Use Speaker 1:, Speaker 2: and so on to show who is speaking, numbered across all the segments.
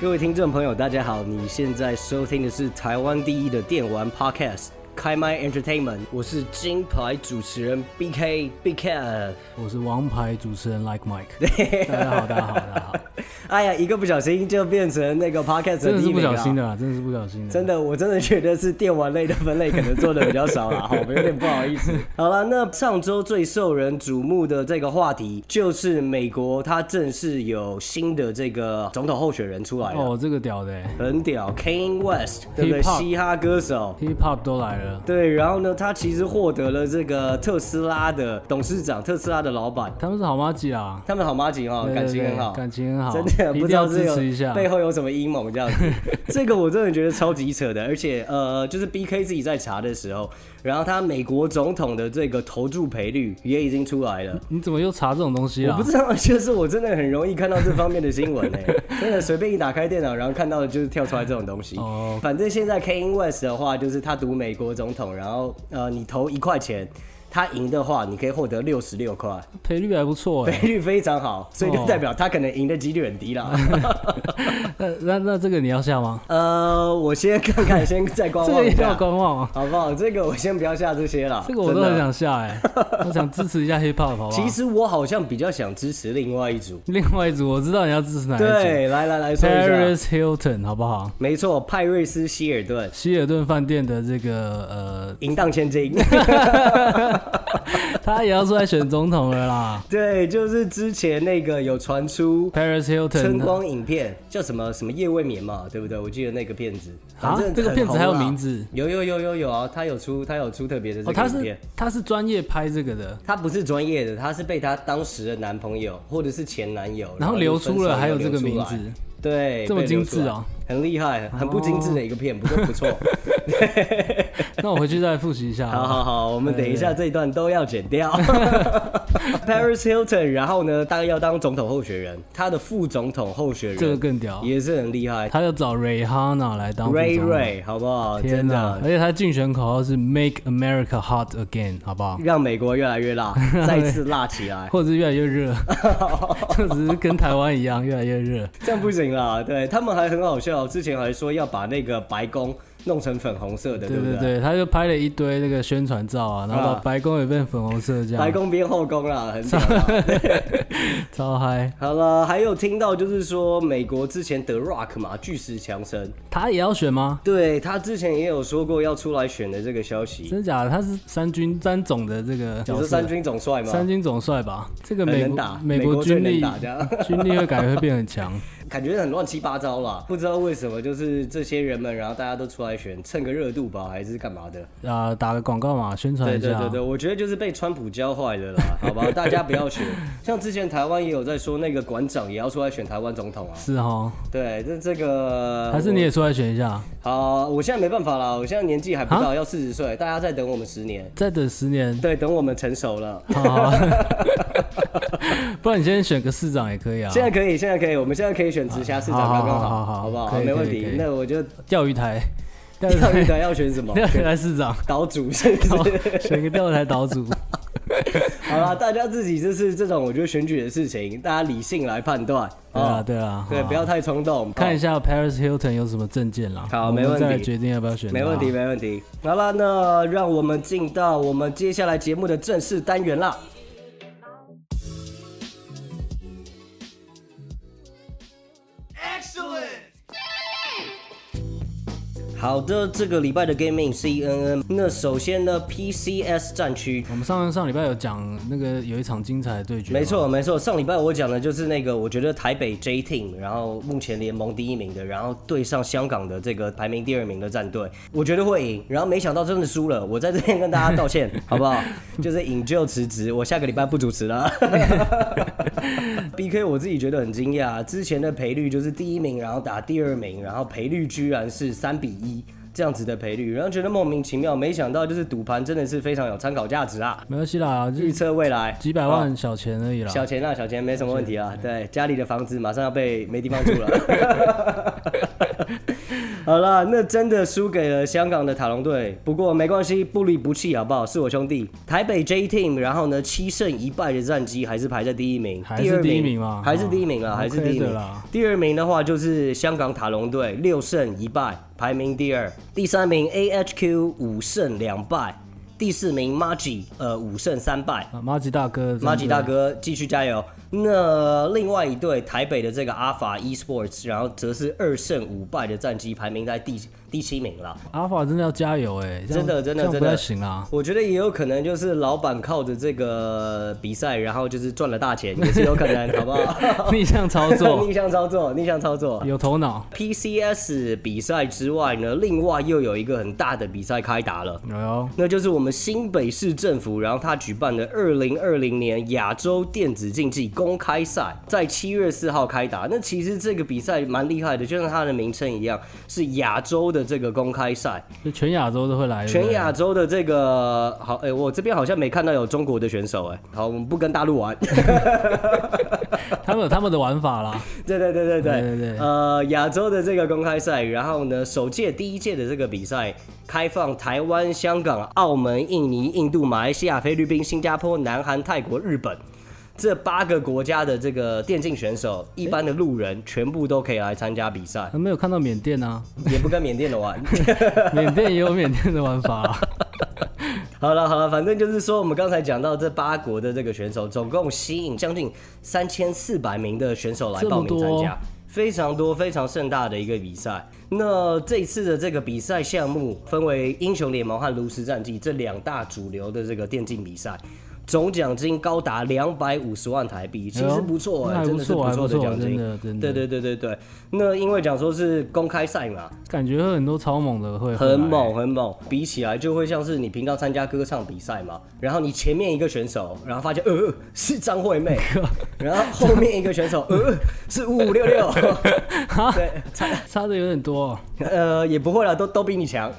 Speaker 1: 各位听众朋友，大家好！你现在收听的是台湾第一的电玩 Podcast 开麦 Entertainment，我是金牌主持人 BK BK。
Speaker 2: 我是王牌主持人 Like Mike。大家好，大家好，大 家好，
Speaker 1: 哎呀，一个不小心就变成那个 Podcast
Speaker 2: 真的
Speaker 1: 第
Speaker 2: 是
Speaker 1: 一
Speaker 2: 不
Speaker 1: 名
Speaker 2: 小
Speaker 1: 了
Speaker 2: 心的啦，真的是不小心的，啊
Speaker 1: 真的，啊我真的觉得是电玩类的分类可能做的比较少 了，哈，我有点不好意思。 好了，那上周最受人瞩目的这个话题，就是美国它正式有新的这个总统候选人出来了，
Speaker 2: 哦，这个屌的欸
Speaker 1: 很屌，Kane West，对不对？
Speaker 2: Hip-hop
Speaker 1: 嘻哈歌手。
Speaker 2: ，Hip Hop 都来了，
Speaker 1: 对，然后呢，他其实获得了这个特斯拉的董事长，特斯拉的老板，
Speaker 2: 他们是好啊妈鸡啦，
Speaker 1: 他们好妈吉哦，
Speaker 2: 对对
Speaker 1: 感情很好，
Speaker 2: 对感情很好，
Speaker 1: 真的
Speaker 2: 一
Speaker 1: 不
Speaker 2: 定
Speaker 1: 知
Speaker 2: 要
Speaker 1: 道是
Speaker 2: 支
Speaker 1: 有
Speaker 2: 持一下。
Speaker 1: 背后有什么阴谋这样 子。这个我真的觉得超级扯的，而且呃，就是 B K 自己在查的时候，然后他美国总统的这个投注赔率也已经出来了。
Speaker 2: 你怎么又查这种东西
Speaker 1: 我
Speaker 2: 啊
Speaker 1: 不？知道，就是我真的很容易看到这方面的新闻哎、 真的随便一打开电脑，然后看到的就是跳出来这种东西。
Speaker 2: 哦
Speaker 1: 反正现在 Kanye West 的话，就是他赌美国总统，然后呃，你投一块钱，他赢的话，你可以获得六十六块，
Speaker 2: 赔率还不错
Speaker 1: 赔
Speaker 2: 哎，
Speaker 1: 率非常好，所以就代表他可能赢的几率很低啦。
Speaker 2: 那那那这个你要下吗？
Speaker 1: 呃，我先看看，先再观
Speaker 2: 这
Speaker 1: 望
Speaker 2: 个
Speaker 1: 一
Speaker 2: 也要
Speaker 1: 哦下，
Speaker 2: 观望啊，
Speaker 1: 好不好？这个我先不要下这些啦。
Speaker 2: 这个我
Speaker 1: 真
Speaker 2: 都
Speaker 1: 的啊
Speaker 2: 很。想下哎， 我想支持一下 Hip Hop 好不好
Speaker 1: 其？实我好像比较想支持另外一组。
Speaker 2: 另外一组我知道你要支持哪一组
Speaker 1: 对，来来来说一下，
Speaker 2: ，Paris Hilton 好不好？
Speaker 1: 没错，派瑞斯希尔顿。
Speaker 2: 希尔顿饭店的这个呃
Speaker 1: 淫荡千 金，
Speaker 2: 他也要出来选总统 了啦。
Speaker 1: 对，就是之前那个有传出
Speaker 2: Paris
Speaker 1: 春
Speaker 2: Hilton
Speaker 1: 光影片，叫什么什么夜未眠嘛，对不对？我记得那个片子，
Speaker 2: 啊
Speaker 1: 反正
Speaker 2: 这个
Speaker 1: 很
Speaker 2: 片子还有
Speaker 1: 红啊
Speaker 2: 名字
Speaker 1: 有有有有有啊，他有出他有出特别的这个
Speaker 2: 哦，他
Speaker 1: 影
Speaker 2: 是
Speaker 1: 片。
Speaker 2: 他是专业拍这个的，
Speaker 1: 他不是专业的，他是被他当时的男朋友或者是前男友，
Speaker 2: 然后流出了还有这个名
Speaker 1: 流出来
Speaker 2: 字，
Speaker 1: 对，
Speaker 2: 这么
Speaker 1: 被流
Speaker 2: 精致
Speaker 1: 出来
Speaker 2: 哦，
Speaker 1: 很厉害，很不精致的一个片，不过不 错。
Speaker 2: 那我回去再复习一下。啊
Speaker 1: 好好好，我们等一
Speaker 2: 哎
Speaker 1: 下这一段都要剪 掉。Paris Hilton，然后呢，当要当总统候选人，他的副总统候选人
Speaker 2: 这个更屌，
Speaker 1: 也是很厉害
Speaker 2: 他要找 Rihanna 来当副
Speaker 1: ，Ray
Speaker 2: 总统
Speaker 1: Ray，好不好？
Speaker 2: 天
Speaker 1: 真
Speaker 2: 哪！
Speaker 1: 的
Speaker 2: 而且他竞选口号是 Make America Hot Again，好不好？
Speaker 1: 让美国越来越 辣，再次辣起来，
Speaker 2: 或者是越来越热， 这只是跟台湾一样越来越热。
Speaker 1: 这样不行啦。对他们还很好笑，之前还说要把那个白宫弄成粉红色的，
Speaker 2: 对
Speaker 1: 不
Speaker 2: 对对，他就拍了一堆那个宣传照啊，然后
Speaker 1: 啊
Speaker 2: 把白宫也变粉红色这
Speaker 1: 白
Speaker 2: 样，
Speaker 1: 宫变后宫啦，很屌 啦。
Speaker 2: 超嗨！
Speaker 1: 好了，还有听到就是说，美国之前的 Rock 嘛，巨石强森，
Speaker 2: 他也要选吗？
Speaker 1: 对他之前也有说过要出来选的这个消息。
Speaker 2: 真假的？他是三军三总的这个
Speaker 1: 你
Speaker 2: 角
Speaker 1: 说
Speaker 2: 色
Speaker 1: 三，军总帅吗？
Speaker 2: 三军总帅吧？这个
Speaker 1: 很
Speaker 2: 美
Speaker 1: 能
Speaker 2: 国
Speaker 1: 打，
Speaker 2: 美
Speaker 1: 国
Speaker 2: 国
Speaker 1: 最
Speaker 2: 军
Speaker 1: 能
Speaker 2: 力
Speaker 1: 打这样，
Speaker 2: 军力会感觉会变很强。
Speaker 1: 感觉很乱七八糟啦。不知道为什么，就是这些人们，然后大家都出来选，蹭个热度吧，还是干嘛的？
Speaker 2: 啊，打个广告嘛，宣传
Speaker 1: 对
Speaker 2: 一
Speaker 1: 对
Speaker 2: 下。
Speaker 1: 对对，我觉得就是被川普教坏 的啦，好吧，大家不要学。像之前台湾也有在说，那个馆长也要出来选台湾总统啊。
Speaker 2: 是哦，
Speaker 1: 对，这这个
Speaker 2: 还是你也出来选一下？
Speaker 1: 好，我现在没办法啦，我现在年纪还不
Speaker 2: 啊
Speaker 1: 到，要四十岁，大家再等我们十年，
Speaker 2: 再等十年，
Speaker 1: 对，等我们成熟了。
Speaker 2: 好好 不然你先选个市长也可以啊。
Speaker 1: 现在可以，现在可以，我们现在可以选直辖市长，
Speaker 2: 好好
Speaker 1: 刚刚
Speaker 2: 好
Speaker 1: 好，
Speaker 2: 好好
Speaker 1: 好不好？
Speaker 2: 可以
Speaker 1: 没问
Speaker 2: 可以
Speaker 1: 题
Speaker 2: 可。以
Speaker 1: 那我就
Speaker 2: 钓鱼台，钓鱼
Speaker 1: 钓鱼
Speaker 2: 台，
Speaker 1: 台要选 什么？
Speaker 2: 钓鱼
Speaker 1: 选
Speaker 2: 台市长，
Speaker 1: 岛主 是不是？
Speaker 2: 选个钓鱼台岛主。
Speaker 1: 好啦，大家自己就是这种，我觉得选举的事情，大家理性来判断
Speaker 2: 对啊，
Speaker 1: 哦，
Speaker 2: 对啊，
Speaker 1: 对，
Speaker 2: 好
Speaker 1: 不要太冲动。哦
Speaker 2: 看一
Speaker 1: 下，
Speaker 2: 下 Paris Hilton 有什么证件啦。
Speaker 1: 好
Speaker 2: 我们
Speaker 1: 没问题
Speaker 2: 再来决定要不要选。啊
Speaker 1: 没问题，。没问题。好啦，那让我们进到我们接下来节目的正式单元啦。好的，这个礼拜的 Gaming CNN，那首先呢，PCS 战区
Speaker 2: 我们上上礼拜有讲那个有一场精彩的对决，
Speaker 1: 没，错，没错。上礼拜我讲的就是那个，我觉得台北 J Team，然后目前联盟第一名的，然后对上香港的这个排名第二名的战队，我觉得会赢。然后没想到真的输了，我在这边跟大家道歉，好不好？就是引咎辞职，我下个礼拜不主持了。B K 我自己觉得很惊讶，之前的赔率就是第一名，然后打第二名，然后赔率居然是三比一。这样子的赔率，然后觉得莫名其妙，没想到就是赌盘真的是非常有参考价值啊！
Speaker 2: 没关系啦，就
Speaker 1: 预测未来
Speaker 2: 几百万小钱而已啦。
Speaker 1: 小钱啊，小钱没什么问 题啊。对，家里的房子马上要被没地方住了。好啦，那真的输给了香港的塔龙队，不过没关系，不离不弃好不好？是我兄弟，台北 J Team，然后呢七胜一败的战绩还是排在第一名，
Speaker 2: 还是第一名嘛
Speaker 1: 还是第一名啊
Speaker 2: 哦
Speaker 1: 啦，还是
Speaker 2: OK
Speaker 1: 第一
Speaker 2: 的
Speaker 1: 名
Speaker 2: 啦。
Speaker 1: 第二名的话就是香港塔龙队，六胜一败，排名第二。第三名 AHQ 五胜两败，第四名 Maggi 呃五胜三败。
Speaker 2: 啊，马吉大哥，
Speaker 1: 马吉大，哥继续加油。那另外一队台北的这个阿法 Esports，然后则是二胜五败的战绩，排名在第第七名啦。
Speaker 2: 阿法真的要加油哎、这
Speaker 1: 真
Speaker 2: 样
Speaker 1: 的真的
Speaker 2: 这样
Speaker 1: 真
Speaker 2: 不
Speaker 1: 的
Speaker 2: 太行啊 啦。
Speaker 1: 我觉得也有可能就是老板靠着这个比赛，然后就是赚了大钱，也是有可能，好不好？
Speaker 2: 逆向 操 作，
Speaker 1: 逆向操作，逆向操作。
Speaker 2: 有头脑。
Speaker 1: PCS 比赛之外呢，另外又有一个很大的比赛开打了。
Speaker 2: 有哟，
Speaker 1: 那就是我们新北市政府，然后他举办的二零二零年亚洲电子竞技公开赛，在七月四号开打。那其实这个比赛蛮厉害的，就像它的名称一样，是亚洲的这个公开赛，
Speaker 2: 就全亚洲都会来，对不
Speaker 1: 全
Speaker 2: 对
Speaker 1: 亚洲的这个好，哎、我这边好像没看到有中国的选手、哎，好，我们不跟大陆玩。
Speaker 2: 他们有他们的玩法啦。
Speaker 1: 对对对对对
Speaker 2: 对对对
Speaker 1: 呃，亚洲的这个公开赛，然后呢，首届第一届的这个比赛开放台湾、香港、澳门、印尼、印度、马来西亚、菲律宾、新加坡、南韩、泰国、日本。这八个国家的这个电竞选手，一般的路人全部都可以来参加比赛，
Speaker 2: 还没有看到缅甸 啊，
Speaker 1: 也不跟缅甸的玩。
Speaker 2: 缅甸也有缅甸的玩法啦。
Speaker 1: 好了好了，反正就是说，我们刚才讲到这八国的这个选手，总共吸引将近三千四百名的选手来报名
Speaker 2: 这
Speaker 1: 参
Speaker 2: 么
Speaker 1: 加
Speaker 2: 多，
Speaker 1: 非常多非常盛大的一个比赛。那这次的这个比赛项目分为英雄联盟和炉石战记这两大主流的这个电竞比赛。总奖金高达两百五十万台 币，其
Speaker 2: 哎
Speaker 1: 实
Speaker 2: 呦
Speaker 1: 不错、
Speaker 2: 那
Speaker 1: 哎，
Speaker 2: 还
Speaker 1: 真
Speaker 2: 不
Speaker 1: 的是
Speaker 2: 错
Speaker 1: 错
Speaker 2: 还不错
Speaker 1: 奖金，
Speaker 2: 真的真的
Speaker 1: 对对对对对。那因为讲说是公开赛嘛，
Speaker 2: 感觉会很多超猛的会
Speaker 1: 很， 猛很猛，比起来就会像是你平常参加歌唱比赛嘛，然后你前面一个选手，然后发现呃是张惠 妹，然后后面一个选手呃是五五六六， 对，
Speaker 2: 会来差的有点多哦，
Speaker 1: 呃也不会啦，都都比你 强，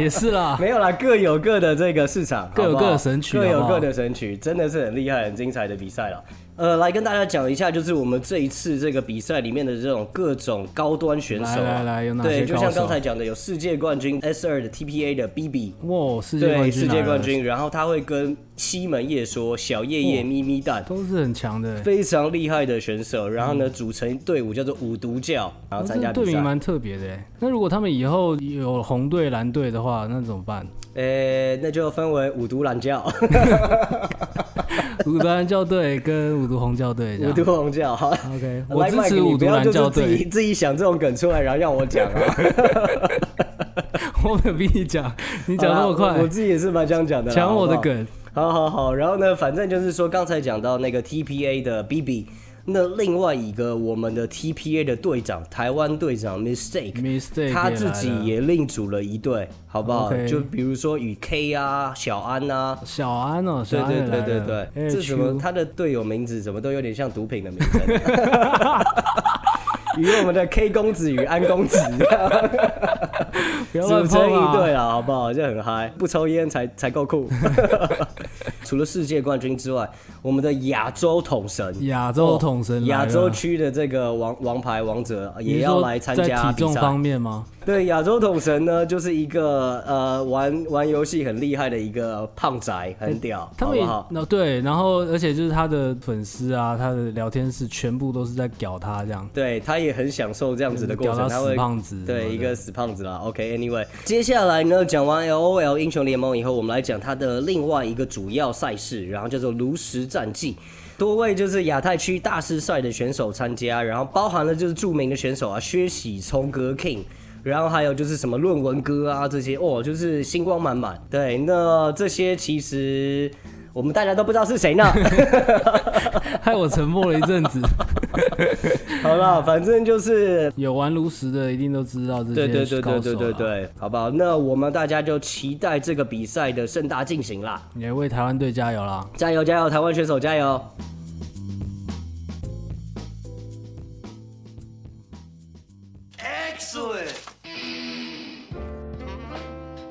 Speaker 2: 也是 啦。
Speaker 1: 没有啦，各有各的这个市场，
Speaker 2: 各有
Speaker 1: 好不好
Speaker 2: 各的神曲
Speaker 1: 各有
Speaker 2: 好不
Speaker 1: 各
Speaker 2: 好
Speaker 1: 的神曲，真的是很厉害、很精彩的比赛了。呃，来跟大家讲一下，就是我们这一次这个比赛里面的这种各种高端选手啊、
Speaker 2: 来来来有哪些
Speaker 1: 对，就像
Speaker 2: 高手
Speaker 1: 刚才讲的，有世界冠军 S 二的 TPA 的 BB，
Speaker 2: 哇，世界
Speaker 1: 对
Speaker 2: 冠军，啊
Speaker 1: 世界冠，军，然后他会跟西门叶说小叶叶咪咪蛋。
Speaker 2: 都是很强的。
Speaker 1: 非常厉害的选手，然后呢，组成队伍叫做五毒教，然后参加
Speaker 2: 嗯哦这
Speaker 1: 比
Speaker 2: 个队名
Speaker 1: 赛。
Speaker 2: 蛮特别的欸。那如果他们以后有红队、蓝队的话，那怎么办？
Speaker 1: 呃，那就分为五毒蓝教、
Speaker 2: 五毒蓝教队跟五毒红教队这
Speaker 1: 五
Speaker 2: 样。
Speaker 1: 毒红教。 好
Speaker 2: OK，
Speaker 1: 来
Speaker 2: 我支
Speaker 1: Mike，
Speaker 2: 持
Speaker 1: 你
Speaker 2: 五
Speaker 1: 不
Speaker 2: 毒
Speaker 1: 要
Speaker 2: 蓝
Speaker 1: 就
Speaker 2: 教
Speaker 1: 是自己
Speaker 2: 队。
Speaker 1: 自己想这种梗出来，然后让我讲啊。
Speaker 2: 我没有逼你讲， 你讲那么
Speaker 1: 好啦 我我
Speaker 2: 快，
Speaker 1: 自己也是蛮想讲的啦，
Speaker 2: 抢我的
Speaker 1: 好不好
Speaker 2: 梗。
Speaker 1: 好好好，然后呢，反正就是说刚才讲到那个 TPA 的 BB，那另外一个我们的 TPA 的队长，台湾队长 Mistake。
Speaker 2: Mistake
Speaker 1: 他自己
Speaker 2: 也来了
Speaker 1: 也另组了一队，好不好
Speaker 2: OK
Speaker 1: 就比如说与 K 啊、小安啊，
Speaker 2: 小安哦，
Speaker 1: 对
Speaker 2: 小安也
Speaker 1: 对
Speaker 2: 来
Speaker 1: 对对
Speaker 2: 了
Speaker 1: 对，
Speaker 2: 哎
Speaker 1: 这什么
Speaker 2: 秋
Speaker 1: 他的队友名字怎么都有点像毒品的名 字，与我们的 K 公子与安公 子一样
Speaker 2: 不要
Speaker 1: 组
Speaker 2: 乱
Speaker 1: 成
Speaker 2: 碰啊！
Speaker 1: 一队了，好不好？就很嗨，不抽烟才才够酷。 除了世界冠军之外，我们的亚洲统神，
Speaker 2: 亚洲统神来了
Speaker 1: 亚洲区的这个王王牌王者
Speaker 2: 你
Speaker 1: 也
Speaker 2: 是
Speaker 1: 要
Speaker 2: 说
Speaker 1: 来参
Speaker 2: 在
Speaker 1: 加
Speaker 2: 体
Speaker 1: 比
Speaker 2: 重
Speaker 1: 赛
Speaker 2: 方。面吗？
Speaker 1: 对，亚洲统神呢，就是一个呃玩玩游戏很厉害的一个呃胖宅，很屌，
Speaker 2: 哎他
Speaker 1: 好
Speaker 2: 们
Speaker 1: 不
Speaker 2: 也
Speaker 1: 好？
Speaker 2: 那对，然后而且就是他的粉丝啊，他的聊天室全部都是在屌他这样，
Speaker 1: 对，他也很享受这样子的过
Speaker 2: 屌
Speaker 1: 程，
Speaker 2: 到
Speaker 1: 他
Speaker 2: 死
Speaker 1: 会
Speaker 2: 胖子什么的，
Speaker 1: 对，一个死胖子啦。OK，Anyway，、接下来呢，讲完 LOL 英雄联盟以后，我们来讲它的另外一个主要赛事，然后叫做炉石战记。多位就是亚太区大师赛的选手参加，然后包含了就是著名的选手啊，薛喜聪哥 King。然后还有就是什么论文哥啊这些哦，就是星光满满。对，那这些其实我们大家都不知道是谁呢。
Speaker 2: 害我沉默了一阵子。
Speaker 1: 好了，反正就是
Speaker 2: 有玩炉石的一定都知道这些
Speaker 1: 对对对
Speaker 2: 高
Speaker 1: 对
Speaker 2: 手
Speaker 1: 对对
Speaker 2: 啦，
Speaker 1: 对，好不好？那我们大家就期待这个比赛的盛大进行啦！
Speaker 2: 也为台湾队加油啦！
Speaker 1: 加油加油，台湾选手加油！
Speaker 3: Excellent.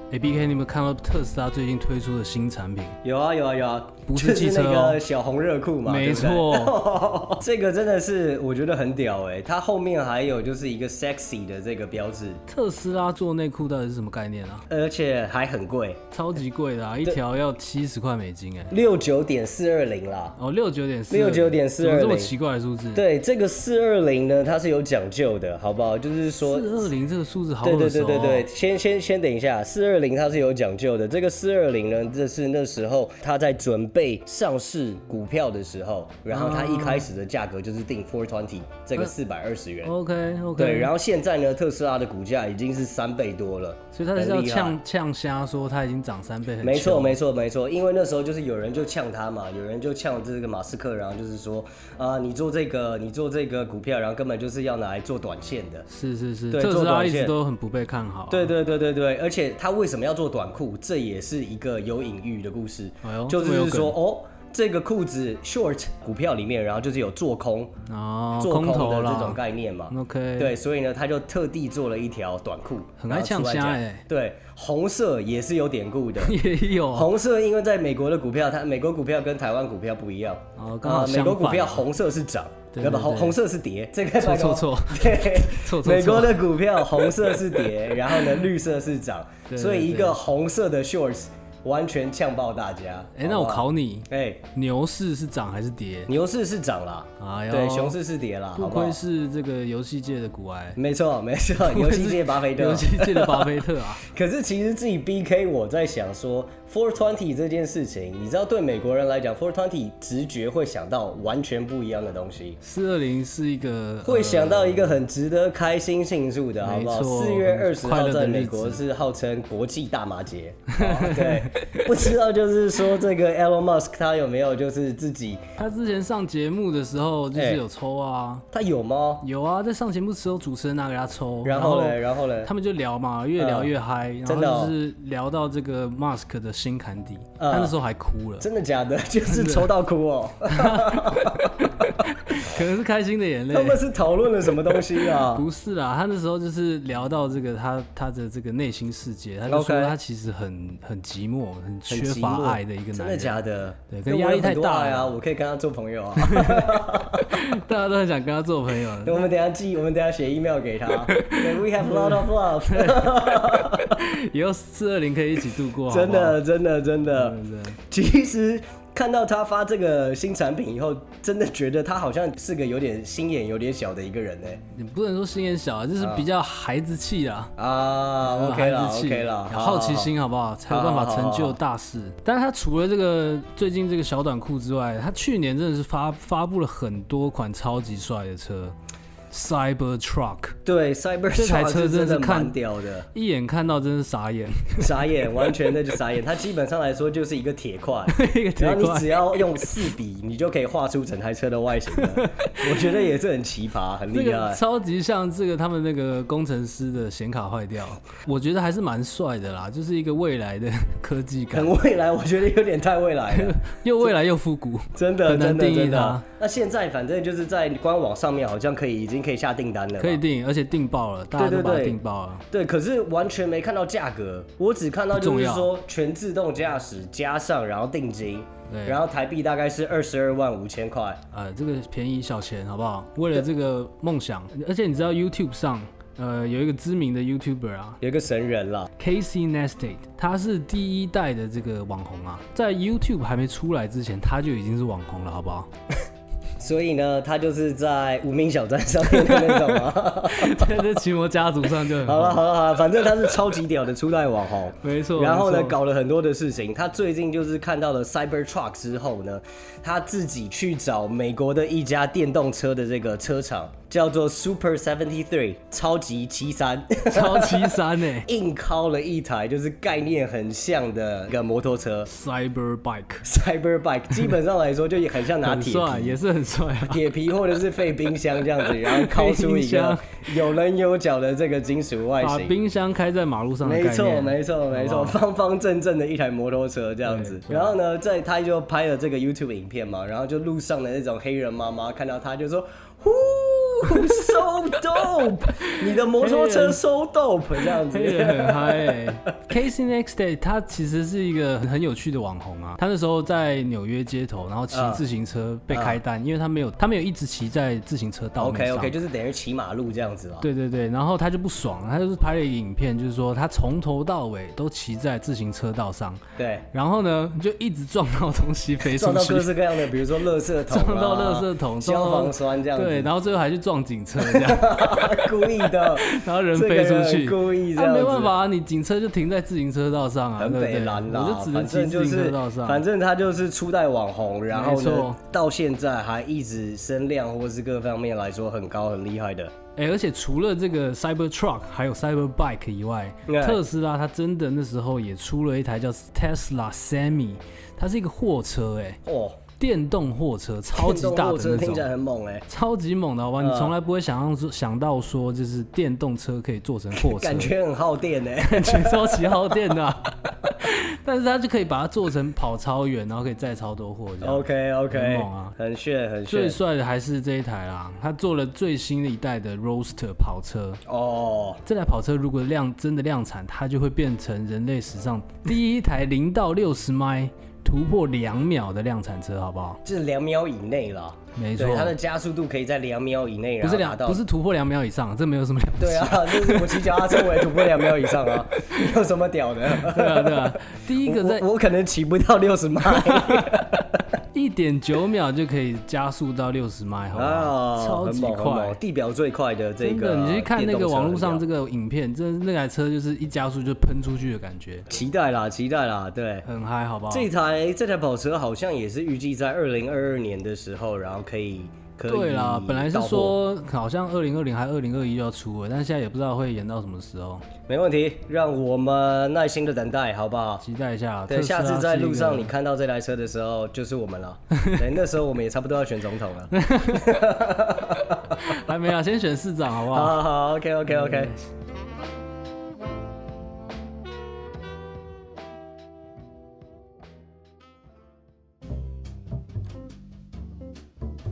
Speaker 2: 哎、哎，B K，你有没有看到特斯拉最近推出的新产品？
Speaker 1: 有啊有啊有啊，
Speaker 2: 不
Speaker 1: 就是
Speaker 2: 汽车
Speaker 1: 那
Speaker 2: 哦
Speaker 1: 个小红热裤嘛，
Speaker 2: 没
Speaker 1: 对不对
Speaker 2: 错
Speaker 1: 这个真的是我觉得很屌哎、它后面还有就是一个 sexy 的这个标志，
Speaker 2: 特斯拉做内裤到底是什么概念啊？
Speaker 1: 而且还很贵，
Speaker 2: 超级贵的、啊，一条要七十块美金哎、
Speaker 1: 六九点四二零啦。
Speaker 2: 哦，六九点四，
Speaker 1: 69.420
Speaker 2: 怎么这么奇怪的数字？，
Speaker 1: 对，这个四二零呢，它是有讲究的，好不好？就是说
Speaker 2: 四二零这个数字好
Speaker 1: 对
Speaker 2: 耳
Speaker 1: 对
Speaker 2: 熟、
Speaker 1: 对
Speaker 2: 哦。
Speaker 1: 对对，先先先等一下，四二零它是有讲究的。这个四二零呢，这是那时候它在准备上市股票的时候，然后它一开始的价格就是定 four twenty 这个四百二十元。
Speaker 2: OK OK，
Speaker 1: 对，然
Speaker 2: 后
Speaker 1: 后现在呢，特斯拉的股价已经是三倍多了，
Speaker 2: 所以他是要
Speaker 1: 很厉害
Speaker 2: 呛呛瞎说它已经涨三倍，很
Speaker 1: 没错，
Speaker 2: 糗
Speaker 1: 没错，没错，因为那时候就是有人就呛他嘛，有人就呛这个马斯克，然后就是说啊、你做这个，你做这个股票，然后根本就是要拿来做短线的。
Speaker 2: 是是是，
Speaker 1: 对
Speaker 2: 特斯
Speaker 1: 做
Speaker 2: 拉
Speaker 1: 短
Speaker 2: 一直
Speaker 1: 线
Speaker 2: 都很不被看好、啊。
Speaker 1: 对对对对对，而且他为什么要做短裤？这也是一个有隐喻的故事，
Speaker 2: 哎呦
Speaker 1: 就
Speaker 2: 这么有
Speaker 1: 是
Speaker 2: 梗
Speaker 1: 说哦，这个裤子 short 股票里面，然后就是有做空、
Speaker 2: 哦，
Speaker 1: 做
Speaker 2: 空
Speaker 1: 空
Speaker 2: 头
Speaker 1: 的
Speaker 2: 啦嗯
Speaker 1: 这种概念嘛。
Speaker 2: OK，，
Speaker 1: 对，所以呢，他就特地做了一条短裤，
Speaker 2: 很爱
Speaker 1: 然后
Speaker 2: 呛
Speaker 1: 出来
Speaker 2: 虾
Speaker 1: 讲
Speaker 2: 欸
Speaker 1: 对，红色也是有典故的，
Speaker 2: 也有啊
Speaker 1: 红色因为在美国的股票，它美国股票跟台湾股票不一样。
Speaker 2: 哦刚好
Speaker 1: 啊美国
Speaker 2: 相反
Speaker 1: 股票
Speaker 2: 啊
Speaker 1: 红色是涨，
Speaker 2: 对
Speaker 1: 那么
Speaker 2: 对
Speaker 1: 红
Speaker 2: 对
Speaker 1: 红色是跌，这个
Speaker 2: 错错错，
Speaker 1: 对，
Speaker 2: 错错错
Speaker 1: 美国的股票红色是跌，然后呢绿色是涨，
Speaker 2: 对对
Speaker 1: 所以一个红色的 shorts 完全呛爆大家。
Speaker 2: 哎、那
Speaker 1: 好
Speaker 2: 我
Speaker 1: 不好，
Speaker 2: 考你，
Speaker 1: 哎，
Speaker 2: 牛市是涨还是跌？
Speaker 1: 牛市是涨啦，
Speaker 2: 哎呦
Speaker 1: 对，熊市是跌啦，
Speaker 2: 不
Speaker 1: 好不好
Speaker 2: 愧？是这个游戏界的古埃，
Speaker 1: 没错，没 错， 游戏界巴菲特
Speaker 2: 游。戏界的巴菲特啊，
Speaker 1: 可是其实自己 BK，我在想说 Four Twenty 这件事情，你知道对美国人来讲，Four Twenty 直觉会想到完全不一样的东西，
Speaker 2: 四二零是一个
Speaker 1: 会想到一个很值得开心庆祝的，好不好？
Speaker 2: 嗯没错
Speaker 1: 四月二十
Speaker 2: 快乐
Speaker 1: 号
Speaker 2: 的
Speaker 1: 在美
Speaker 2: 日子
Speaker 1: 国是号称国际大麻 节，哦对， 不知道就是说这个 Elon Musk 他有没有就是自己
Speaker 2: 他之前上节目的时候就是
Speaker 1: 哎
Speaker 2: 有抽啊，
Speaker 1: 他有吗？
Speaker 2: 有啊，在上节目的时候主持人拿给他抽，
Speaker 1: 然后嘞，然后嘞，
Speaker 2: 他们就聊嘛，越聊越嗨、
Speaker 1: 真的
Speaker 2: 然后
Speaker 1: 哦
Speaker 2: 就是聊到这个 Mask 的新坎底，
Speaker 1: 嗯
Speaker 2: 他那时候还哭了，
Speaker 1: 真的假的？ 就是抽到哭哦，
Speaker 2: 可能是开心的眼
Speaker 1: 他
Speaker 2: 泪。
Speaker 1: 们是讨论了什么东西啊？
Speaker 2: 不是啦，他那时候就是聊到这个他他的这个内心世界，他就说
Speaker 1: OK
Speaker 2: 他其实很很寂寞，很
Speaker 1: 很
Speaker 2: 缺
Speaker 1: 寂寞
Speaker 2: 乏爱的一个男
Speaker 1: 真的
Speaker 2: 人。
Speaker 1: 假的？
Speaker 2: 对
Speaker 1: 那
Speaker 2: 可能压
Speaker 1: 我有
Speaker 2: 力太
Speaker 1: 很多
Speaker 2: 大
Speaker 1: 爱啊！
Speaker 2: 了
Speaker 1: 我可以跟他做朋友啊。
Speaker 2: 大家都很想跟他做朋友。
Speaker 1: 我们等一下寄，我们等一下写 email 给 他。对，We have a lot of love
Speaker 2: 以后四二零可以一起度过，
Speaker 1: 真
Speaker 2: 好不好，
Speaker 1: 的，真的，真的
Speaker 2: 对。不对？
Speaker 1: 其实看到他发这个新产品以后，真的觉得他好像是个有点心眼有点小的一个人呢。
Speaker 2: 你不能说心眼小，啊，就是比较孩子气啊。
Speaker 1: 啊，OK
Speaker 2: 孩
Speaker 1: 啦
Speaker 2: 子气
Speaker 1: ，OK 啦，
Speaker 2: 有
Speaker 1: 好
Speaker 2: 好奇。心好不好，才有办法成就大事。但是他除了这个最近这个小短裤之外，他去年真的是发发布了很多款超级帅的车，Cyber Truck，
Speaker 1: 对，Cyber
Speaker 2: 这台车真的
Speaker 1: 真
Speaker 2: 是
Speaker 1: 的
Speaker 2: 看
Speaker 1: 蛮屌的，
Speaker 2: 一眼看到真是傻眼，
Speaker 1: 傻眼，完全的就傻眼。它基本上来说就是一个铁块，
Speaker 2: 一个铁
Speaker 1: 然后你
Speaker 2: 块
Speaker 1: 只。要用四笔，你就可以画出整台车的外形 了。我觉得也是很奇葩，很
Speaker 2: 这
Speaker 1: 厉
Speaker 2: 个
Speaker 1: 害。
Speaker 2: 超级像这个他们那个工程师的显卡坏掉，我觉得还是蛮帅的啦，就是一个未来的科技 感
Speaker 1: 很，未来，我觉得有点太未来 了，
Speaker 2: 又未来又复古。
Speaker 1: 真的，
Speaker 2: 很难
Speaker 1: 真的，
Speaker 2: 定义
Speaker 1: 真
Speaker 2: 它
Speaker 1: 的。那现在反正就是在官网上面好像可以，已经可以下订单了嘛，
Speaker 2: 可以定，而且定爆了，大家都
Speaker 1: 对对
Speaker 2: 把它
Speaker 1: 对
Speaker 2: 定爆了。
Speaker 1: 对，可是完全没看到价格，我只看到就
Speaker 2: 不重
Speaker 1: 是
Speaker 2: 要
Speaker 1: 说全自动驾驶加上然后定金
Speaker 2: 对，
Speaker 1: 然后台币大概是二十二万五千块。
Speaker 2: 呃，这个便宜小钱好不好？为了这个梦想，而且你知道 YouTube 上，呃，有一个知名的 YouTuber 啊
Speaker 1: 有一个神人啦，
Speaker 2: ，Casey Neistat，他是第一代的这个网红啊，在 YouTube 还没出来之前，他就已经是网红了，好不好？
Speaker 1: 所以呢，他就是在无名小站上面的那种 啊。
Speaker 2: 在这奇摩家族上就很
Speaker 1: 好了
Speaker 2: 红，
Speaker 1: 好了好了，反正他是超级屌的初代网红。
Speaker 2: 没错。
Speaker 1: 然后呢，
Speaker 2: 没错
Speaker 1: 搞了很多的事情。他最近就是看到了 Cybertruck 之后呢，他自己去找美国的一家电动车的这个车厂，叫做 Super Seventy Three 超级七三，
Speaker 2: 超欸级三呢、
Speaker 1: 硬敲了一台就是概念很像的一个摩托车
Speaker 2: c y b e r Bike，
Speaker 1: Cyberbike，基本上来说就也很像拿
Speaker 2: 很
Speaker 1: 铁
Speaker 2: 帅，
Speaker 1: 皮。
Speaker 2: 也是 很帅啊。
Speaker 1: 铁皮或者是废冰箱这样子，然后敲出一
Speaker 2: 废冰箱
Speaker 1: 个有棱有角的这个金属外
Speaker 2: 把
Speaker 1: 形，
Speaker 2: 冰箱开在马路上的概
Speaker 1: 没
Speaker 2: 念，
Speaker 1: 错，没错，没
Speaker 2: 好
Speaker 1: 错，
Speaker 2: 不好
Speaker 1: 方方正正的一台摩托车这样子。
Speaker 2: 哦对
Speaker 1: 然后呢，在他就拍了这个 YouTube 影片嘛，然后就路上的那种黑人妈妈看到他就说：“呼 so dope，你的摩托车 so dope 这样子
Speaker 2: 黑。人很嗨、欸。Casey Neistat 他其实是一个很有趣的网红啊，他那时候在纽约街头，然后骑
Speaker 1: 嗯
Speaker 2: 自行车被开单，因为他没有他没有一直骑在自行车道面
Speaker 1: OK
Speaker 2: 上。
Speaker 1: OK，就是等于骑马路这样子啦。
Speaker 2: 对对对，然后他就不爽，他就是拍了一个影片，就是说他从头到尾都骑在自行车道上，
Speaker 1: 对，
Speaker 2: 然后呢就一直撞到东西飞出
Speaker 1: 撞到各
Speaker 2: 去，
Speaker 1: 式各样的，比如说垃圾桶、啊，
Speaker 2: 撞到垃圾桶，撞
Speaker 1: 消
Speaker 2: 到
Speaker 1: 防栓这样子。
Speaker 2: 对，然后最后还去撞警车这样，
Speaker 1: 故意的，
Speaker 2: 然后人飞出去，
Speaker 1: 这个故意这
Speaker 2: 那、
Speaker 1: 样子
Speaker 2: 没办法啊，你警车就停在自行车道上啊，
Speaker 1: 很
Speaker 2: 对不
Speaker 1: 北
Speaker 2: 对？
Speaker 1: 蓝啦，
Speaker 2: 我就只能骑
Speaker 1: 反正就
Speaker 2: 自行
Speaker 1: 是
Speaker 2: 车道上。
Speaker 1: 反正他就是初代网红，然
Speaker 2: 没
Speaker 1: 后
Speaker 2: 错
Speaker 1: 呢，到现在还一直声量或是各方面来说很高很厉害的。
Speaker 2: 哎、而且除了这个 Cyber Truck 还有 Cyber Bike 以外，
Speaker 1: 对
Speaker 2: 特斯拉它真的那时候也出了一台叫 Tesla Semi，它是一个货车、哎，
Speaker 1: 哦，
Speaker 2: 电动货车，超级大
Speaker 1: 电动货车
Speaker 2: 的那
Speaker 1: 听起来
Speaker 2: 种。
Speaker 1: 很猛哎，
Speaker 2: 超级猛的，好吧？你
Speaker 1: 嗯
Speaker 2: 从来不会想象说想到说，就是电动车可以做成货车，
Speaker 1: 感觉很耗电 哎。
Speaker 2: 感觉超级耗电的啊、 但是它就可以把它做成跑超远，然后可以载超多货这样。
Speaker 1: OK
Speaker 2: 很
Speaker 1: OK，
Speaker 2: 猛啊
Speaker 1: 很炫很
Speaker 2: 最
Speaker 1: 炫
Speaker 2: 帅的还是这一台啦，它做了最新的一代的 Roadster 跑车。
Speaker 1: 哦。
Speaker 2: 这台跑车如果量真的量产，它就会变成人类史上第一台零到六十迈突破两秒的量产车，好不好？
Speaker 1: 就是两秒以内啦，
Speaker 2: 没错
Speaker 1: 对，，它的加速度可以在两秒以内，啊
Speaker 2: 不是
Speaker 1: 然后达
Speaker 2: 两
Speaker 1: 到
Speaker 2: 不是突破两 秒以上，这没有什么了不起。
Speaker 1: 对啊， 就是我骑脚踏车我也突破两秒以上啊， 有什么屌的？
Speaker 2: 对啊，对啊，第 一个在
Speaker 1: 我我可能骑不到六十迈
Speaker 2: 一点九秒就可以加速到六十迈，好不
Speaker 1: 啊，
Speaker 2: 好？超
Speaker 1: 很
Speaker 2: 级
Speaker 1: 猛很猛
Speaker 2: 快，
Speaker 1: 地表最快的这
Speaker 2: 真
Speaker 1: 个，
Speaker 2: 的，你去看那个网络上这
Speaker 1: 个。
Speaker 2: 个影片，真的那台车就是一加速就喷出去的感觉，
Speaker 1: 期待啦，期待啦，对。
Speaker 2: 很嗨，好不好？
Speaker 1: 这台这台跑车好像也是预计在二零二二年的时候，然后可以可以
Speaker 2: 对啦，本来是
Speaker 1: 到货
Speaker 2: 说好像二零二零还二零二一要出了，但现在也不知道会延到什么时候，
Speaker 1: 没问题，让我们耐心的等待，好不好？
Speaker 2: 期待一下啦。
Speaker 1: 对，
Speaker 2: 特斯拉
Speaker 1: 下次在路
Speaker 2: 是
Speaker 1: 上
Speaker 2: 一
Speaker 1: 你
Speaker 2: 个
Speaker 1: 看到这台车的时候，就是我们了。对，那时候我们也差不多要选总统了。
Speaker 2: 还没啊，先选市长好嗯不
Speaker 1: 好
Speaker 2: 好？
Speaker 1: 好好，OK OK OK。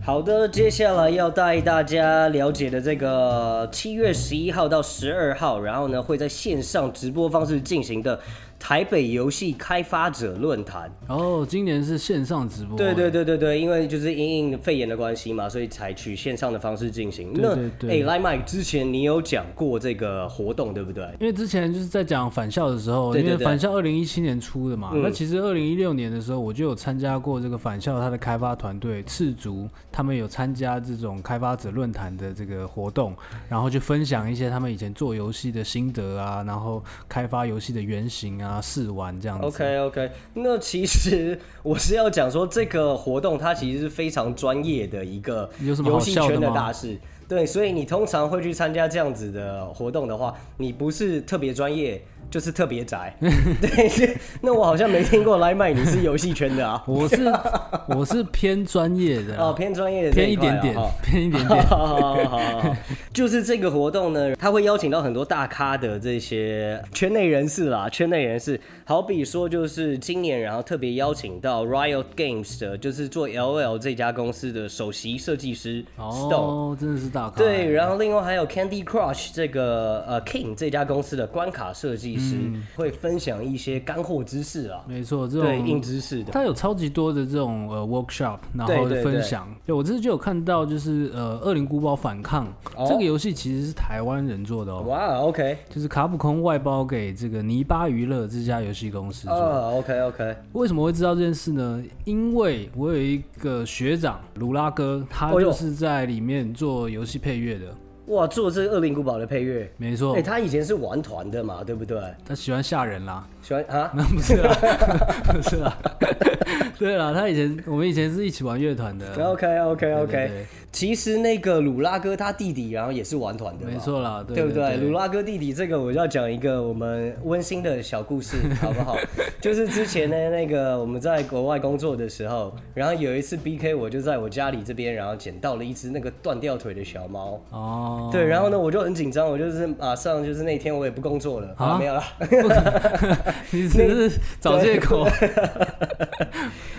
Speaker 1: 好的，接下来要带大家了解的这个七月十一号到十二号，然后呢会在线上直播方式进行的台北游戏开发者论坛。
Speaker 2: 哦，今年是线上直播，
Speaker 1: 对对对对对，因为就是因应肺炎的关系嘛，所以采取线上的方式进行。那
Speaker 2: 对对
Speaker 1: 哎，赖麦之前你有讲过这个活动对不对？
Speaker 2: 因为之前就是在讲返校的时候，
Speaker 1: 对对嗯
Speaker 2: 因为
Speaker 1: 对
Speaker 2: 返校二零一七年出的嘛，那其实二零一六年的时候我就有参加过这个返校它的开发团队赤足，他们有参加这种开发者论坛的这个活动，然后就分享一些他们以前做游戏的心得啊，然后开发游戏的原型啊、试玩这样子。
Speaker 1: OK OK，那其实 我是要讲说，这个活动它其实是非常专业的一个
Speaker 2: 有什么好
Speaker 1: 游戏
Speaker 2: 笑的吗
Speaker 1: 圈大事。对，所以你通常会去参加这样子的活动的话，你不是特别专业，就是特别宅。 对，那我好像没听过来麦你是游戏圈的啊，
Speaker 2: 我 是我是偏专业的啦，
Speaker 1: 哦，偏专业的这
Speaker 2: 偏一
Speaker 1: 块啊
Speaker 2: 点点
Speaker 1: 哦，
Speaker 2: 偏一点点。
Speaker 1: 好好好好好， 就是这个活动呢，他会邀请到很多大咖的这些圈内人士啦，圈内人士，好比说就是今年，然后特别邀请到 Riot Games 的，就是做 LL 这家公司的首席设计师 Stone。
Speaker 2: 哦，真的是大咖。
Speaker 1: 对，然后另外还有 Candy Crush 这个呃 King 这家公司的关卡设计师、
Speaker 2: 嗯
Speaker 1: 会分享一些干货知识啊，
Speaker 2: 没错，这
Speaker 1: 对
Speaker 2: 种
Speaker 1: 硬知识的。
Speaker 2: 它有超级多的这种呃 workshop，然
Speaker 1: 对
Speaker 2: 后
Speaker 1: 对
Speaker 2: 分享。对我这次就有看到，就是呃《恶灵古堡反抗》
Speaker 1: 哦
Speaker 2: 这个游戏其实是台湾人做的哦，
Speaker 1: 哇，OK，
Speaker 2: 就是卡普空外包给这个泥巴娱乐这家游戏公司做。
Speaker 1: 啊，OK OK，
Speaker 2: 为什么会知道这件事呢？因为我有一个学长卢拉哥，他
Speaker 1: 哦哟
Speaker 2: 就是在里面做游戏配乐的，
Speaker 1: 哇，做这个《恶灵古堡》的配乐，
Speaker 2: 没
Speaker 1: 哎、
Speaker 2: 错。
Speaker 1: 他以前是玩团的嘛，对不对？
Speaker 2: 他喜欢吓人啦，
Speaker 1: 喜欢啊，
Speaker 2: 那不是啦， 不是啦， 对啦，他以前我们以前是一起玩乐团的，
Speaker 1: OK OK OK，
Speaker 2: 对对
Speaker 1: 其实那个鲁拉哥他弟弟，然后也是玩团的嘛，
Speaker 2: 没错啦，
Speaker 1: 对
Speaker 2: 对
Speaker 1: 不对？鲁拉哥弟弟这个，我要讲一个我们温馨的小故 事，好不好？就是之前呢，那个我们在国外工作的时候，然后有一次 BK，我就在我家里这边，然后捡到了一只那个断掉腿的小猫。
Speaker 2: 哦，
Speaker 1: 对，然后呢，我就很紧张，我就是马上就是那天我也不工作了，啊，
Speaker 2: 啊
Speaker 1: 没有啦，
Speaker 2: 你只是找借口。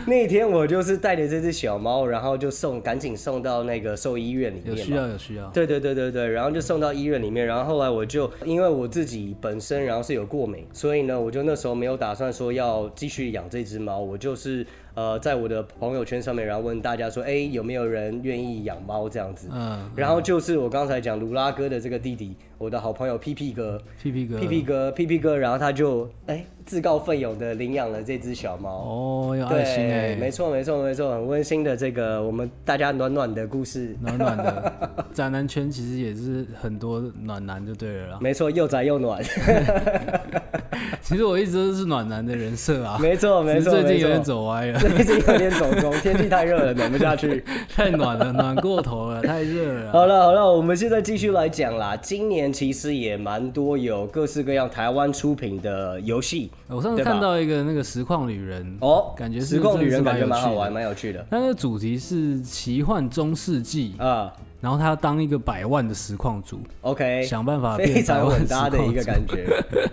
Speaker 1: 那天我就是带着这只小猫，然后就送，赶紧送到那个兽医院里
Speaker 2: 有
Speaker 1: 面
Speaker 2: 需
Speaker 1: 嘛。
Speaker 2: 要有需要，
Speaker 1: 对对对对对，然后就送到医院里面，然后后来我就因为我自己本身然后是有过敏，所以呢，我就那时候没有打算说要继续养这只猫，我就是呃在我的朋友圈上面，然后问大家说，哎，有没有人愿意养猫这样子？
Speaker 2: 嗯，
Speaker 1: 然后就是我刚才讲卢拉哥的这个弟弟，我的好朋友屁屁哥，
Speaker 2: 屁屁哥，
Speaker 1: 屁屁哥，屁屁哥，然后他就哎自告奋勇的领养了这只小猫。
Speaker 2: 哦，有爱心
Speaker 1: 对，没
Speaker 2: 哎，
Speaker 1: 错，没错，没错，很温馨的这个我们大家暖暖的故事。
Speaker 2: 暖暖的， 宅男圈其实也是很多暖男就对了啦。
Speaker 1: 没错，又宅又暖。
Speaker 2: 其实我一直都是暖男的人设啊，
Speaker 1: 没错，
Speaker 2: 只
Speaker 1: 没
Speaker 2: 是
Speaker 1: 错，
Speaker 2: 最近
Speaker 1: 没
Speaker 2: 有点
Speaker 1: 错。
Speaker 2: 走 歪了，
Speaker 1: 最近有点走中，天气太热了，暖不下去。
Speaker 2: 太暖了，暖过头了，太热 了啊。
Speaker 1: 好了好了，我们现在继续来讲啦。今年其实也蛮多有各式各样台湾出品的游戏
Speaker 2: 我上次
Speaker 1: 对吧
Speaker 2: 看到一个那个实况旅人，
Speaker 1: 哦，
Speaker 2: 感觉是
Speaker 1: 实况
Speaker 2: 真的
Speaker 1: 旅
Speaker 2: 是
Speaker 1: 人感觉
Speaker 2: 蛮有
Speaker 1: 蛮好
Speaker 2: 趣的
Speaker 1: 玩，蛮有趣的
Speaker 2: 他那个主题是奇幻中世纪，
Speaker 1: 啊。
Speaker 2: 然后他要当一个百万的实况主，
Speaker 1: OK，
Speaker 2: 想办法
Speaker 1: 非
Speaker 2: 变百
Speaker 1: 常
Speaker 2: 万
Speaker 1: 稳
Speaker 2: 实
Speaker 1: 搭
Speaker 2: 况
Speaker 1: 的一个
Speaker 2: 主
Speaker 1: 感觉，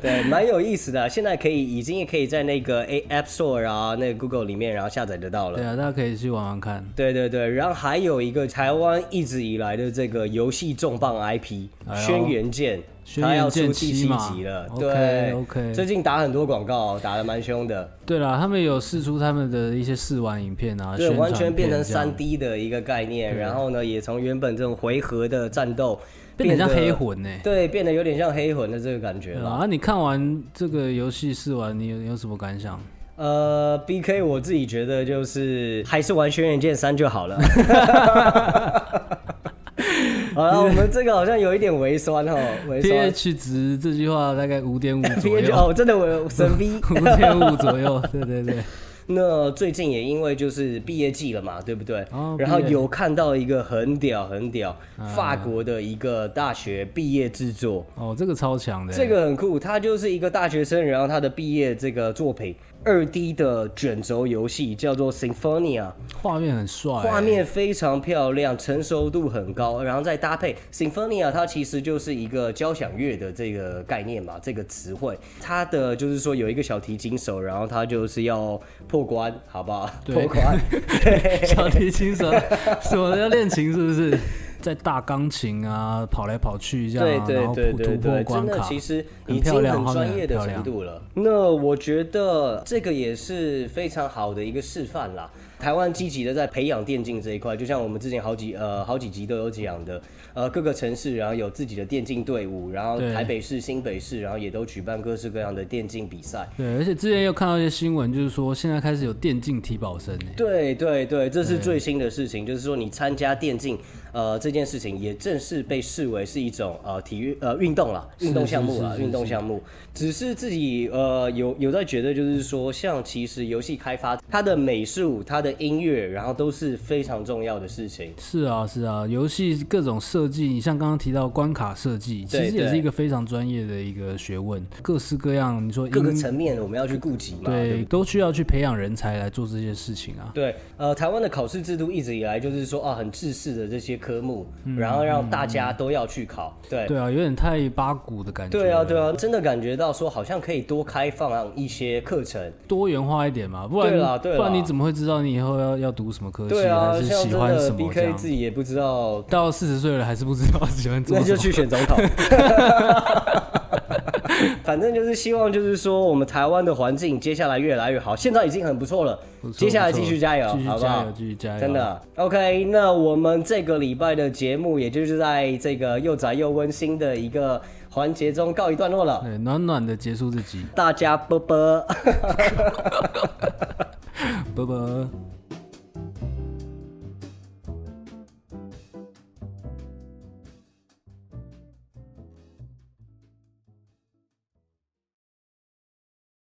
Speaker 1: 对，蛮有意思的啊。现在可以已经也可以在那个 A App Store 啊，那个 Google 里面，然后下载得到了
Speaker 2: 对。啊，大家可以去玩玩看。
Speaker 1: 对对对，然后还有一个台湾一直以来的这个游戏重磅 IP《
Speaker 2: 哎呦
Speaker 1: 轩辕剑》，
Speaker 2: 轩
Speaker 1: 它要
Speaker 2: 辕
Speaker 1: 出
Speaker 2: 剑
Speaker 1: 第
Speaker 2: 七
Speaker 1: 七
Speaker 2: 嘛
Speaker 1: 集了。
Speaker 2: OK，
Speaker 1: 对
Speaker 2: OK
Speaker 1: 最近打很多广告，打得蛮凶的。
Speaker 2: 对啦，他们有试出他们的一些试玩影片啊，
Speaker 1: 对，
Speaker 2: 宣
Speaker 1: 完
Speaker 2: 传
Speaker 1: 全变
Speaker 2: 片
Speaker 1: 成
Speaker 2: 这样
Speaker 1: 三 D 的一个概念，
Speaker 2: 对
Speaker 1: 然后呢，也从原本这种回合的战斗
Speaker 2: 变得像
Speaker 1: 得
Speaker 2: 黑魂呢、
Speaker 1: 对，变得有点像黑魂的这个感觉
Speaker 2: 对
Speaker 1: 了
Speaker 2: 啊。。啊，你看完这个游戏试玩，你有你有什么感想？
Speaker 1: 呃，B K，我自己觉得就是还是玩《轩辕剑三》就好 了。好了，我们这个好像有一点微酸哦，微酸。
Speaker 2: pH 值这句话大概五点 五 左
Speaker 1: PH
Speaker 2: 右，。
Speaker 1: 哦，真的我神 V
Speaker 2: 五点五左右， 对对对，
Speaker 1: 那最近也因为就是毕业季了嘛，对不对？
Speaker 2: 哦
Speaker 1: 然后
Speaker 2: 毕业啊
Speaker 1: 有看到一个很屌很屌，法国的一个大学毕业制作，
Speaker 2: 哦，这个超强的、
Speaker 1: 这个很酷，他就是一个大学生，然后他的毕业这个作品，二 D 的卷轴游戏叫做 Symphonia。
Speaker 2: 画面很帅、
Speaker 1: 画面非常漂亮，成熟度很高，然后再搭配 Symphonia，它其实就是一个交响乐的这个概念嘛，这个词汇。它的就是说有一个小提琴手，然后他就是要破关，好不好？
Speaker 2: 对
Speaker 1: 破啊关，
Speaker 2: 小提琴手，什么要练琴是不是？在大钢琴啊，跑来跑去这
Speaker 1: 对
Speaker 2: 样啊，
Speaker 1: 对
Speaker 2: 然后
Speaker 1: 对
Speaker 2: 突
Speaker 1: 对
Speaker 2: 突破
Speaker 1: 对，真
Speaker 2: 关
Speaker 1: 的
Speaker 2: 卡，
Speaker 1: 其实
Speaker 2: 很
Speaker 1: 已经
Speaker 2: 漂亮
Speaker 1: 很
Speaker 2: 画面
Speaker 1: 专业的
Speaker 2: 很漂
Speaker 1: 程
Speaker 2: 亮
Speaker 1: 度了。那我觉得这个也是非常好的一个示范啦。台湾积极的在培养电竞这一块，就像我们之前好几呃好几集都有讲的，呃各个城市然后有自己的电竞队伍，然后
Speaker 2: 对
Speaker 1: 台北市、新北市，然后也都举办各式各样的电竞比赛。
Speaker 2: 对，而且之前又看到一些新闻，就是说现在开始有电竞体保生欸呢、
Speaker 1: 对对对，这
Speaker 2: 嗯
Speaker 1: 是最新的事情，就是说你参加电竞，呃，这件事情也正式被视为是一种呃体育呃运动啦，运动项目啦
Speaker 2: 是，是
Speaker 1: 运动项目。只是自己呃有有在觉得，就是说像其实游戏开发，它的美术、它的音乐，然后都是非常重要的事情。
Speaker 2: 是啊，是啊，游戏各种设计，你像刚刚提到关卡设计，其
Speaker 1: 对
Speaker 2: 实
Speaker 1: 对
Speaker 2: 也是一个非常专业的一个学问，各式各样，你说
Speaker 1: 各个
Speaker 2: 音
Speaker 1: 层面我们要去顾及嘛，对
Speaker 2: 对
Speaker 1: 不对
Speaker 2: 都需要去培养人才来做这些事情啊。
Speaker 1: 对，呃，台湾的考试制度一直以来就是说啊，很制式的这些科目，
Speaker 2: 嗯
Speaker 1: 然后让大家都要去考，对，
Speaker 2: 对啊，有点太八股的感觉。
Speaker 1: 对啊，对啊，真的感觉到说好像可以多开放一些课程。
Speaker 2: 多元化一点嘛，不然
Speaker 1: 对啦对啦
Speaker 2: 不然你怎么会知道你以后要要读什么科系，
Speaker 1: 对啊，
Speaker 2: 还是
Speaker 1: 像
Speaker 2: 喜
Speaker 1: 真
Speaker 2: 欢
Speaker 1: 的
Speaker 2: 什么这
Speaker 1: BK
Speaker 2: 样？
Speaker 1: 自己也不知道，
Speaker 2: 到四十岁了还是不知道喜欢做
Speaker 1: 那
Speaker 2: 什
Speaker 1: 就
Speaker 2: 么。
Speaker 1: 去选总 统。反正就是希望，就是说我们台湾的环境接下来越来越好，现在已经很不错了，
Speaker 2: 不错
Speaker 1: 接下来
Speaker 2: 不错
Speaker 1: 继续加油，
Speaker 2: 继续
Speaker 1: 好不
Speaker 2: 加
Speaker 1: 好
Speaker 2: 油，？继续加油！
Speaker 1: 真，的，OK，那我们这个礼拜的节目，也就是在这个又宅又温馨的一个环节中告一段落了。
Speaker 2: 对，暖暖的结束自己，
Speaker 1: 大家啵啵。
Speaker 2: 拜拜。